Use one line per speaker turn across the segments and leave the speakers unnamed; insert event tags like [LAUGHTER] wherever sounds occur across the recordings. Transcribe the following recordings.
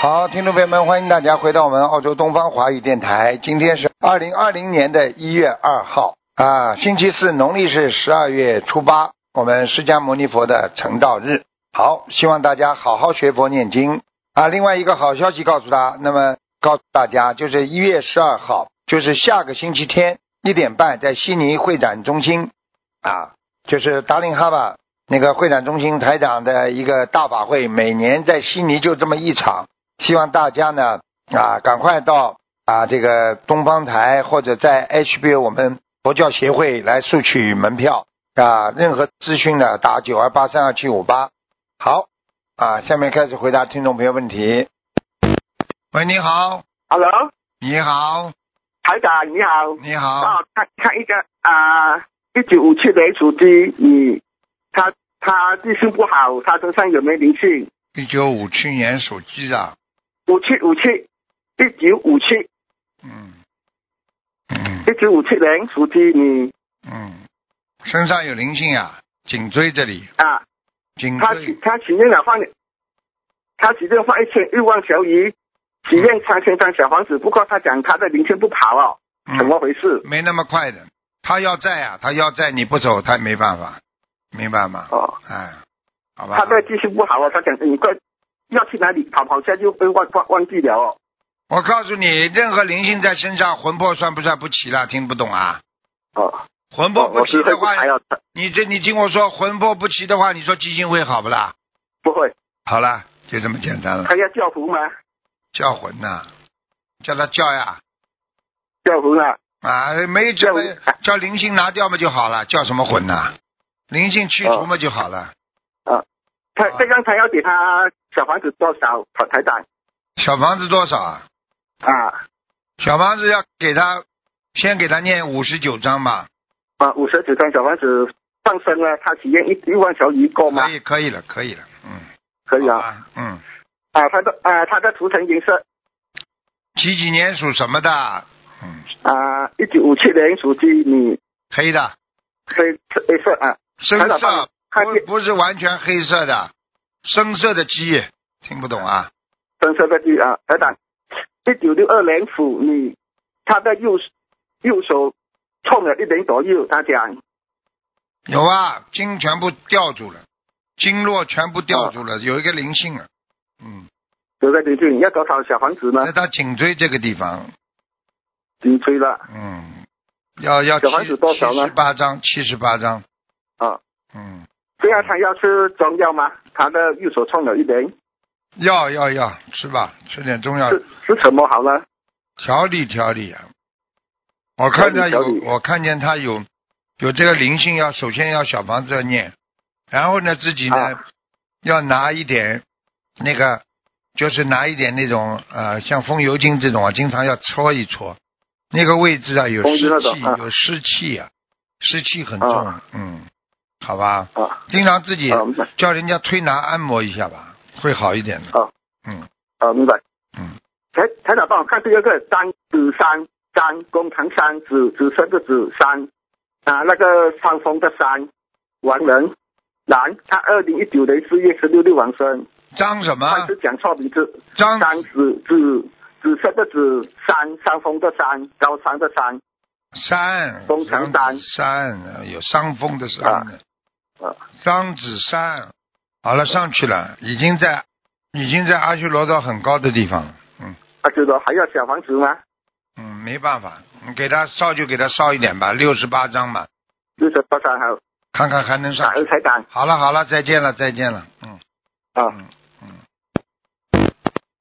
好，听众朋友们，欢迎大家回到我们澳洲东方华语电台。今天是二零二零年的一月二号啊，星期四，农历是十二月初八，我们释迦牟尼佛的成道日。好，希望大家好好学佛念经啊。另外一个好消息告诉大家，那么告诉大家，就是一月十二号，就是下个星期天一点半，在悉尼会展中心啊，就是达令哈巴那个会展中心台长的一个大法会，每年在悉尼就这么一场。希望大家呢啊，赶快到啊这个东方台或者在 HBO 我们佛教协会来索取门票啊。任何资讯呢，打九二八三二七五八。好啊，下面开始回答听众朋友问题。喂，你好，
Hello，
你好，
台长你好，
你好，
哦，看看一个啊，一九五七年属鸡，你他他技术不好，他身上有没有灵性？
一九五七年啊属鸡的，
五七五七，一九五七，
嗯嗯
一九五七年属鸡，你
嗯，身上有灵性啊，颈椎这里，
啊，
颈
他
椎
许他许愿了放，他许愿放一千一万条鱼，许愿三千张小房子，不过他讲他的灵性不跑哦，
嗯
怎么回事？
没那么快的。他要在啊，他要在，你不走，他没办法，明白吗？
哦，
哎，好吧
他。的技术不好哦，他讲你快要去哪里跑跑下就被忘忘忘记了哦。
我告诉你，任何灵性在身上，魂魄算不算不齐了？听不懂啊？
哦，
[LAUGHS] 魂
我
魄
我
不
是
齐
会
的
不
话，
还要他
你这你听我说，魂魄不齐的话，你说基金会好不啦？
不会。
好了，就这么简单了。
他要教徒吗？
叫魂呐、叫他叫呀
教徒啊，
啊，没叫
叫魂
叫灵性拿掉嘛就好了，叫什么魂呐、灵性去除嘛就好了。
他
啊
这样他要给他小房子多少台台长
小房子多少啊？
啊
小房子要给他，先给他念五十九章吧，
啊五十九张小房子放生了，他许愿一一万条鱼够吗
可？以，可以了，可以了，嗯，
可以
好
啊
吧，嗯，
啊，他的啊他的图腾颜色
几几年属什么的？嗯，
啊一九五七年属鸡，你
黑的，
黑黑色啊，
深
台长帮
色
我，看
不
见
不是完全黑色的，深色的鸡，听不懂啊？
深色的鸡啊，台长一九六二年属你，他的右右手痛了一点左右，他讲
有啊，筋全部吊住了，经络全部吊住了，有一个灵性啊，嗯，
有个灵性要多少小房子呢
在？他颈椎这个地方，
颈椎了
嗯，要要七
小房子多少
七
呢
十八章，七十八章，
啊。
嗯，
这样他要吃中药吗？他的右手痛了一点，
要要要，吃吧，吃点中药
是是什么好呢？
调理调理啊！我看他有
调理，调理
我看见他有有这个灵性要，首先要小房子要念，然后呢自己呢、
啊
要拿一点那个，就是拿一点那种呃，像风油精这种啊，经常要搓一搓，那个位置啊有
风油
湿
那
气，
种啊
有湿气啊，湿气很重，
啊
嗯，好吧，
啊
经常自己
啊，明白
叫人家推拿按摩一下吧，会好一点的。
啊
嗯
啊，明白。
嗯，
台台长帮我看第二个张子山，张工唐山子子孙的子山啊，那个山峰的山，王仁男，他二零一九年四月十六日往生，
张什
他
么？
是讲错名字，
张
山子子子孙的子山，山峰的山，高山的山
山，
东
张
长
子
山
山呃有伤风的伤呢。
啊
张子山，好了，上去了，已经在，已经在阿修罗道很高的地方了。嗯
啊，觉得还要小房子吗？
嗯，没办法，你给他烧就给他烧一点吧，六十八章吧，
六十多少好？
看看还能
感
上
恩
去。
台长
好了好了，再见了再见了。嗯，
啊。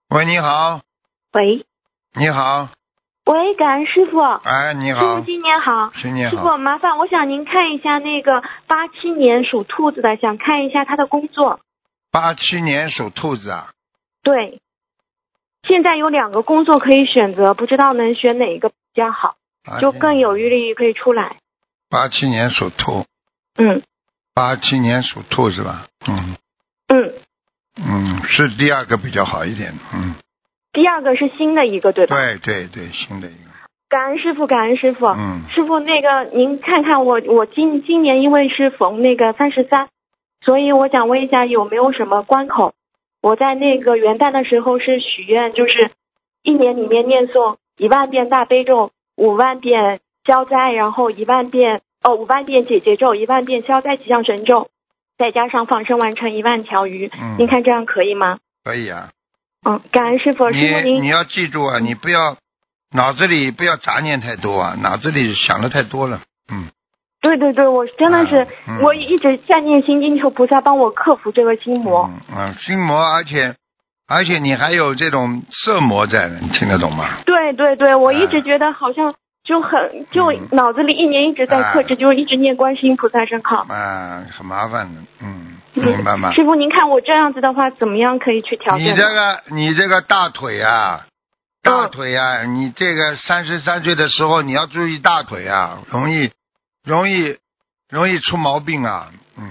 喂，你好，
喂
你好，
喂，感恩师傅，师
哎，你
傅
好，
新年好，
新年
师
好，
傅麻烦我想您看一下那个八七年属兔子的，想看一下他的工作。
八七年属兔子啊，
对，现在有两个工作可以选择，不知道能选哪一个比较好，
哎
就更有余力可以出来。
八七年属兔，
嗯
八七年属兔是吧？嗯
嗯，
嗯，是第二个比较好一点，嗯。
第二个是新的一个对吧？
对对对，新的一个，
感恩师傅，感恩师傅。
嗯，
师傅，那个您看看我，我今今年因为是逢那个三十三，所以我想问一下有没有什么关口我在那个元旦的时候是许愿，就是一年里面念诵一万遍大悲咒，五万遍消灾，然后一万遍哦五万遍解结咒，一万遍消灾吉祥神咒，再加上放生完成一万条鱼。
嗯
您看这样可以吗？
可以啊。
嗯，感恩师傅，师傅
你你
您
要记住啊，你不要脑子里不要杂念太多啊，脑子里想的太多了。嗯，
对对对，我真的是、
啊嗯
我一直在念心经，求菩萨帮我克服这个心魔。
嗯嗯，心魔，而且而且你还有这种色魔在呢，你听得懂吗？
对对对，我一
哎
直觉得好像就很就
嗯
脑子里一年一直在克制，
哎
就一直念观世音菩萨圣号。
啊，很麻烦的，嗯，
嗯
明白吗？
师傅，您看我这样子的话，怎么样可以去调整
你
呢？
这个你这个大腿啊，
嗯
大腿啊，你这个三十三岁的时候你要注意大腿啊，容易容易容易出毛病啊，嗯，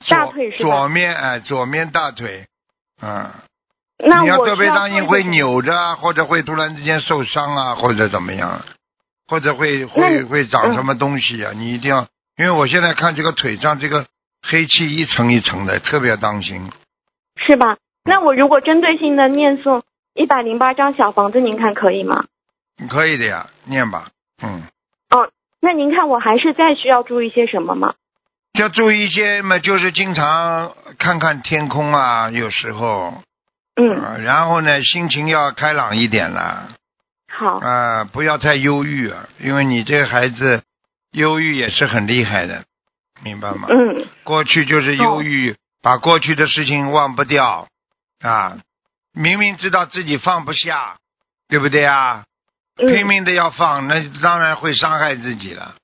左
大腿是吧
左面哎、左面大腿，嗯，
那
你要
我
特别
需要
当心
做
会
一个
扭着啊，或者会突然之间受伤啊，或者怎么样，或者会
那你
会会长
嗯
什么东西啊，你一定要，因为我现在看这个腿上这个黑气一层一层的，特别当心。
是吧？那我如果针对性的念诵一百零八张小房子，您看可以吗？
可以的呀，念吧，嗯，
那您看我还是再需要注意些什么吗？
要注意一些嘛，就是经常看看天空啊，有时候，
嗯，
啊然后呢，心情要开朗一点啦，
好，
啊，不要太忧郁啊，因为你这个孩子忧郁也是很厉害的，明白吗？
嗯，
过去就是忧郁，把过去的事情忘不掉啊，明明知道自己放不下，对不对啊？拼
嗯，
命的要放，那当然会伤害自己了，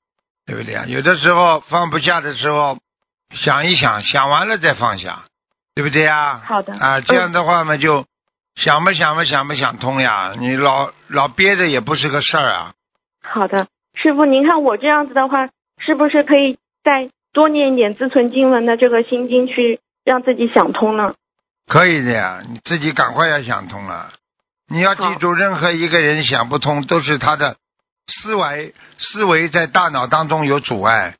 对不对啊？有的时候放不下的时候，想一想，想完了再放下，对不对啊？
好的
啊，这样的话嘛，就想吧想吧想吧想通呀，你老老憋着也不是个事儿啊。
好的，师傅，您看我这样子的话，是不是可以再多念一点自存经文的这个心经，去让自己想通呢？
可以的呀，你自己赶快要想通了。你要记住，任何一个人想不通，都是他的思维思维在大脑当中有阻碍，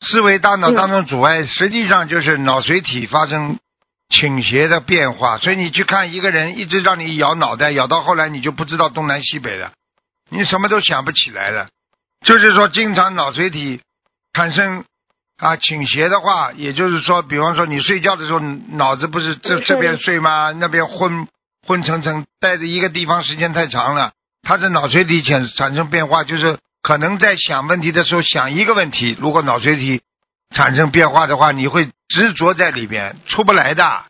思维大脑当中阻碍，实际上就是脑髓体发生倾斜的变化。所以你去看一个人，一直让你摇脑袋，摇到后来你就不知道东南西北了，你什么都想不起来了。就是说，经常脑髓体产生啊倾斜的话，也就是说，比方说你睡觉的时候，脑子不是这
嗯
这边
是
睡吗？那边昏昏沉沉，待在一个地方时间太长了，它的脑髓体产产生变化，就是可能在想问题的时候想一个问题，如果脑髓体产生变化的话，你会执着在里边出不来的，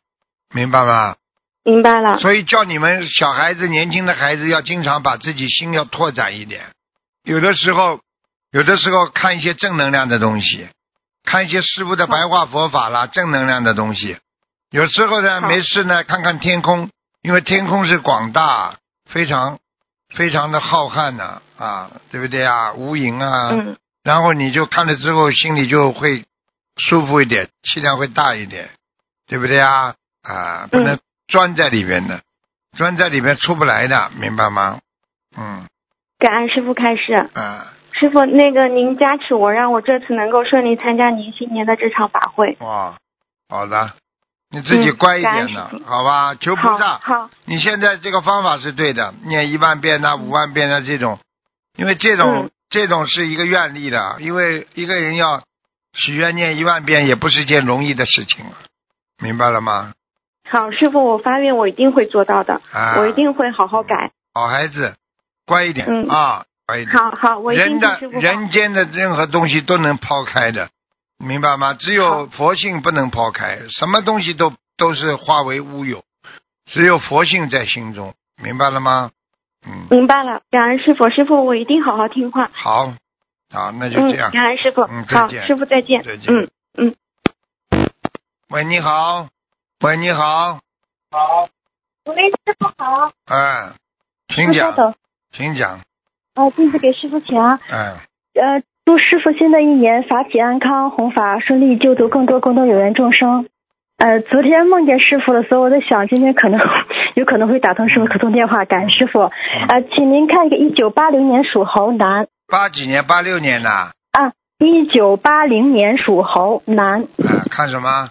明白吗？
明白了，
所以叫你们小孩子、年轻的孩子要经常把自己心要拓展一点。有的时候，有的时候看一些正能量的东西，看一些师傅的白话佛法啦，正能量的东西。有时候呢，
好
没事呢，看看天空，因为天空是广大，非常非常的浩瀚呐、啊，对不对啊？无垠啊，
嗯，
然后你就看了之后，心里就会舒服一点，气量会大一点，对不对啊？啊，不能钻在里边的，钻在里边出不来的，明白吗？嗯
感恩师傅开示。
啊，
师傅，那个您加持我，让我这次能够顺利参加您新年的这场法会。
哇，好的，你自己
嗯
乖一
感恩
点的，
师父
好吧？求菩
好，
萨，
好，
你现在这个方法是对的，念一万遍呐、五万遍呐、这种，因为这种、
嗯
这种是一个愿力的，因为一个人要许愿念一万遍也不是件容易的事情啊，明白了吗？
好，师傅，我发愿，我一定会做到的，
啊，
我一定会好好改。
好孩子，乖一点、
嗯
啊，乖一点。
好好，我一
人
定
的
听师傅好。
人间的任何东西都能抛开的，明白吗？只有
好
佛性不能抛开，什么东西都都是化为乌有，只有佛性在心中，明白了吗？嗯，
明白了，感恩师傅，师傅我一定好好听话。
好，好，那就
嗯
这，样。
感恩师傅。
嗯再
好，
见
师傅再见。
再见
嗯，
喂，你好，喂，你好，
喂，师傅好，
哎，请
师稍
讲，
等，
请讲，
啊，弟子给师傅请啊，
哎，
呃，祝师傅新的一年法体安康，弘法顺利，救度更多更多有缘众生。呃，昨天梦见师傅的时候，我在想今天可能有可能会打通师傅可通电话，感恩师
嗯
傅。呃，请您看一个一九八零年属猴男
八几年，八六年的，啊，
啊，一九八零年属猴男，
看什么？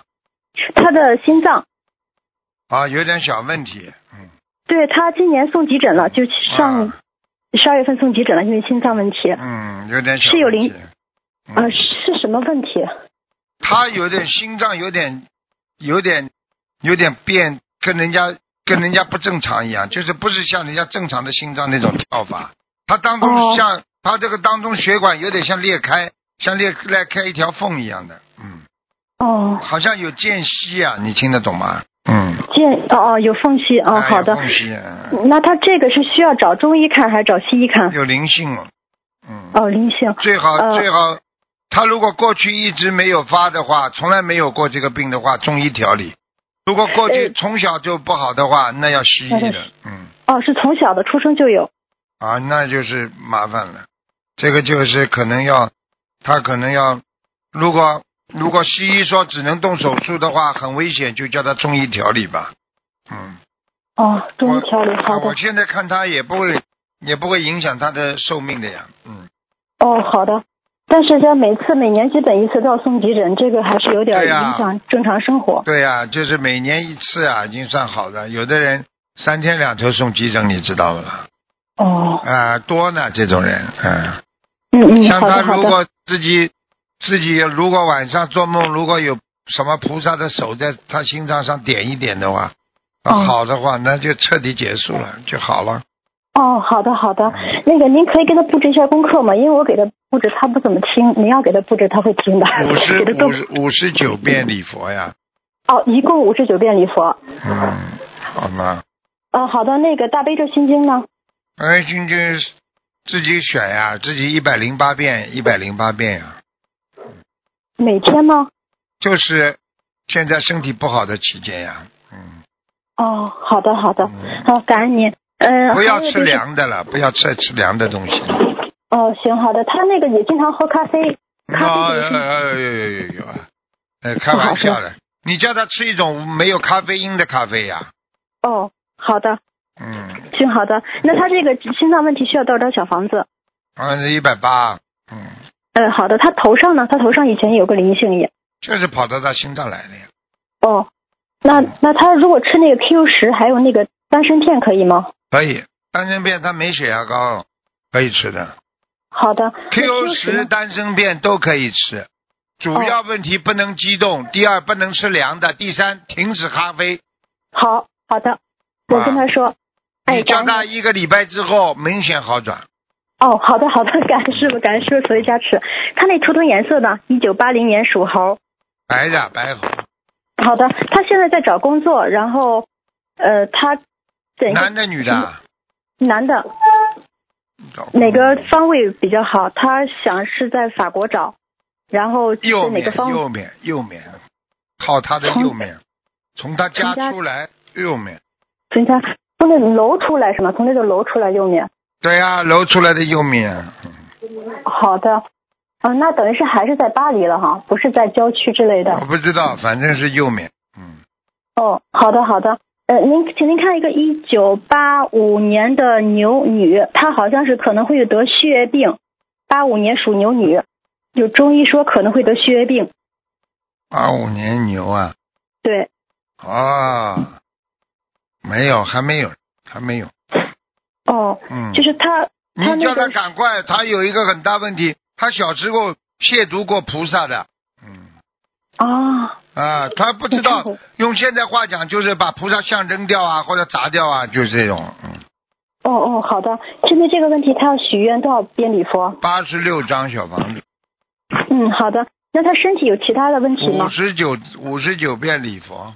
他的心脏
啊，有点小问题，嗯，
对他今年送急诊了，就上
啊
十二月份送急诊了，因为心脏问题。
嗯，有点小
是有
问
灵
题。嗯
呃，是什么问题？
他有点心脏有点有点有点变，跟人家跟人家不正常一样，就是不是像人家正常的心脏那种跳法。他当中
哦
像、他这个当中血管有点像裂开，像裂裂开一条缝一样的，嗯，
哦，
好像有间隙啊，你听得懂吗？嗯，
见哦哦，有缝隙哦，
哎
好
有
的。
缝隙嗯
那他这个是需要找中医看还是找西医看？
有灵性了，嗯，
哦，灵性。
最好、
呃
最好，他如果过去一直没有发的话，从来没有过这个病的话，中医调理；如果过去
呃
从小就不好的话，那要西医
那就
的
[LAUGHS] 是，
嗯，
哦，是从小的出生就有。
啊，那就是麻烦了，这个就是可能要，他可能要，如果如果西医说只能动手术的话，很危险，就叫他中医调理吧，嗯。
哦，中
我
医调理好
啊
的
我。现在看他也不会，也不会影响他的寿命的呀，嗯。
哦，好的。但是他每次每年基本一次都要送急诊，这个还是有点
对
影
哎呀
响正常生活。
对呀、就是每年一次啊，已经算好的。有的人三天两头送急诊，你知道不啦？
哦，
啊、多呢这种人，嗯、
嗯嗯，
像
好
他
的好
如
的。
果自己自己如果晚上做梦，如果有什么菩萨的手在他心脏上点一点的话，啊
哦
好的话，那就彻底结束了，就好了。
哦，好的好的。那个您可以给他布置一下功课吗？因为我给他布置，他不怎么听。您要给他布置，他会听的。
五十
[LAUGHS] 给他都
五十五十九遍礼佛呀，
哦，一共五十九遍礼佛。
嗯，好吗？
呃，好的，那个大悲咒心经呢？
哎，君君自己选呀，自己一百零八遍，一百零八遍呀。
每天吗？
就是现在身体不好的期间呀，嗯，
哦，好的好的
嗯，
好，感恩您。嗯，
不要
还有
吃
就是。
凉的了，不要再吃凉的东西了。
哦，行好的，他那个也经常喝咖啡，咖
哦，有
啡也是。
有有有有有啊！哎，开玩笑的，你叫他吃一种没有咖啡因的咖啡呀，
哦，好的，
嗯，
行好的。那他这个心脏问题需要多少张小房子？
啊，一百八，嗯，
呃，好的，他头上呢？他头上以前有个灵性也。
就是跑到他心脏来的呀。
哦，那
嗯
那他如果吃那个 Q 十还有那个丹参片可以吗？
可以，丹参片它没血压高，可以吃的。
好的。
Q 十
十
丹参片都可以吃，主要问题不能激动，第二不能吃凉的，第三停止咖啡。
好好的，我跟他说。哎，
你叫
感
他
恩。
一个礼拜之后明显好转，
哦，好的好的， [LAUGHS] 感恩师傅，感恩师傅所以加持。他那图腾颜色呢？一九八零年属猴。
白的白猴，
好的，他现在在找工作，然后，呃，他怎
男的女的啊？
男的哪嗯个方位比较好？他想是在法国找，然后是
右
哪
面
个方
右面右面，靠他的右面，从他家
从家
出来右面，
从他从那楼出来是吗？从那个楼出来右面。
对呀、楼出来的右面，
好的，啊、那等于是还是在巴黎了哈，不是在郊区之类
我
的。
不知道，反正是右面，嗯，
哦，好的好的。呃，您请您看一个一九八五年的牛女，她好像是可能会有得血液病，八五年属牛女，有中医说可能会得血液病，
八五年牛啊，
对，
哦，没有，还没有，还没有，
哦，
嗯，
就是她她
你
那
叫他
个
赶快，他有一个很大问题，他小时候亵渎过菩萨的，嗯。
啊，
啊，他不知道
我看过，
用现在话讲就是把菩萨像扔掉啊，或者砸掉啊，就是这种。嗯，
哦哦，好的，针对这个问题，她要许愿多少遍礼佛？
八十六张小房子，
嗯，好的。那她身体有其他的问题
五
吗？
十九五十九遍礼佛，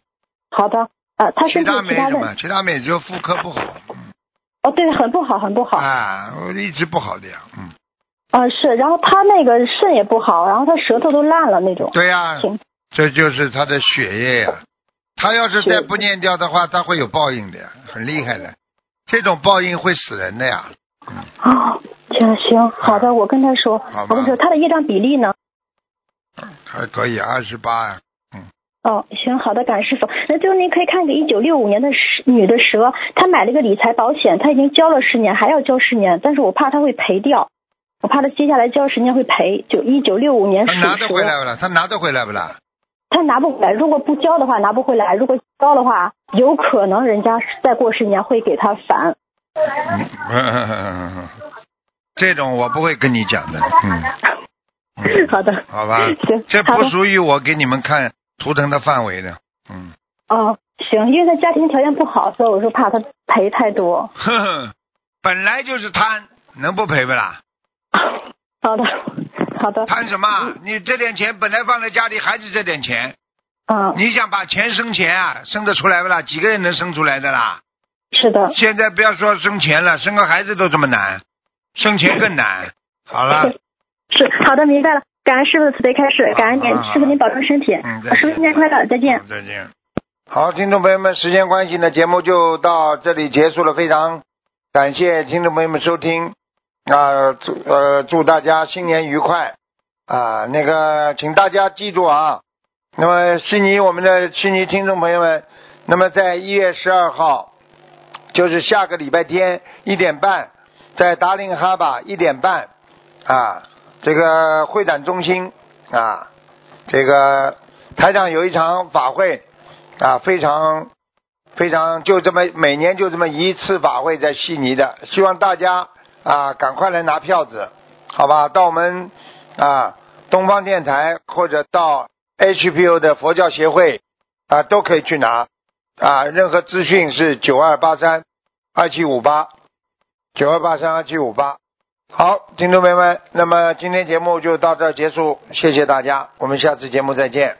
好的，呃，她
其
身体有
他没
其他
什
问
么，其他没，只有妇科不好。
哦，对，很不好，很不好。
啊，我一直不好的呀。嗯，
啊，是，然后他那个肾也不好，然后他舌头都烂了那种。
对呀、
行
这就是他的血液呀、他要是再不念掉的话，他会有报应的呀，很厉害的。这种报应会死人的呀。
啊，行行，好的，我跟他说，
啊好吧
我跟他说他的业障比例呢？
还可以，二十八呀。
哦，行，好的，感恩师傅。那最后您可以看一个一九六五年的蛇女的蛇，她买了个理财保险，她已经交了十年，还要交十年，但是我怕她会赔掉，我怕她接下来交十年会赔，就一九六五年
他
属
拿得
蛇
回。来不啦？他拿得回来不啦？
他拿不回来，如果不交的话拿不回来，如果交的话，有可能人家再过十年会给他返。
嗯， [LAUGHS] 这种我不会跟你讲的，嗯，嗯
好的，
好
[LAUGHS]
吧，
行，
这
好
不
的，
属于我给你们看图腾的范围的，嗯， [LAUGHS]
哦，行，因为他家庭条件不好，所以我说怕他赔太多。
呵呵，本来就是贪，能不赔不啦？
好的，好的，
贪什么？你这点钱本来放在家里还是这点钱，
嗯，
你想把钱生钱啊，生得出来不啦？几个人能生出来的啦？
是的，
现在不要说生钱了，生个孩子都这么难，生钱更难。好了，
是好的，明白了。感恩师傅的慈悲开示，感恩您
好，好
师傅您保重身体，
啊嗯再见
师傅新年快乐，再见。
再见。好，听众朋友们，时间关系呢，节目就到这里结束了。非常感谢听众朋友们收听，啊、祝呃祝大家新年愉快啊、那个，请大家记住啊，那么悉尼我们的悉尼听众朋友们，那么在一月十二号，就是下个礼拜天一点半，在达令哈巴一点半啊，这个会展中心啊，这个台上有一场法会啊，非常非常就这么每年就这么一次法会在悉尼的，希望大家啊赶快来拿票子，好吧？到我们啊东方电台或者到 HPO 的佛教协会啊都可以去拿啊，任何资讯是九二八三二七五八九二八三二七五八。好，听众朋友们，那么今天节目就到这儿结束，谢谢大家，我们下次节目再见。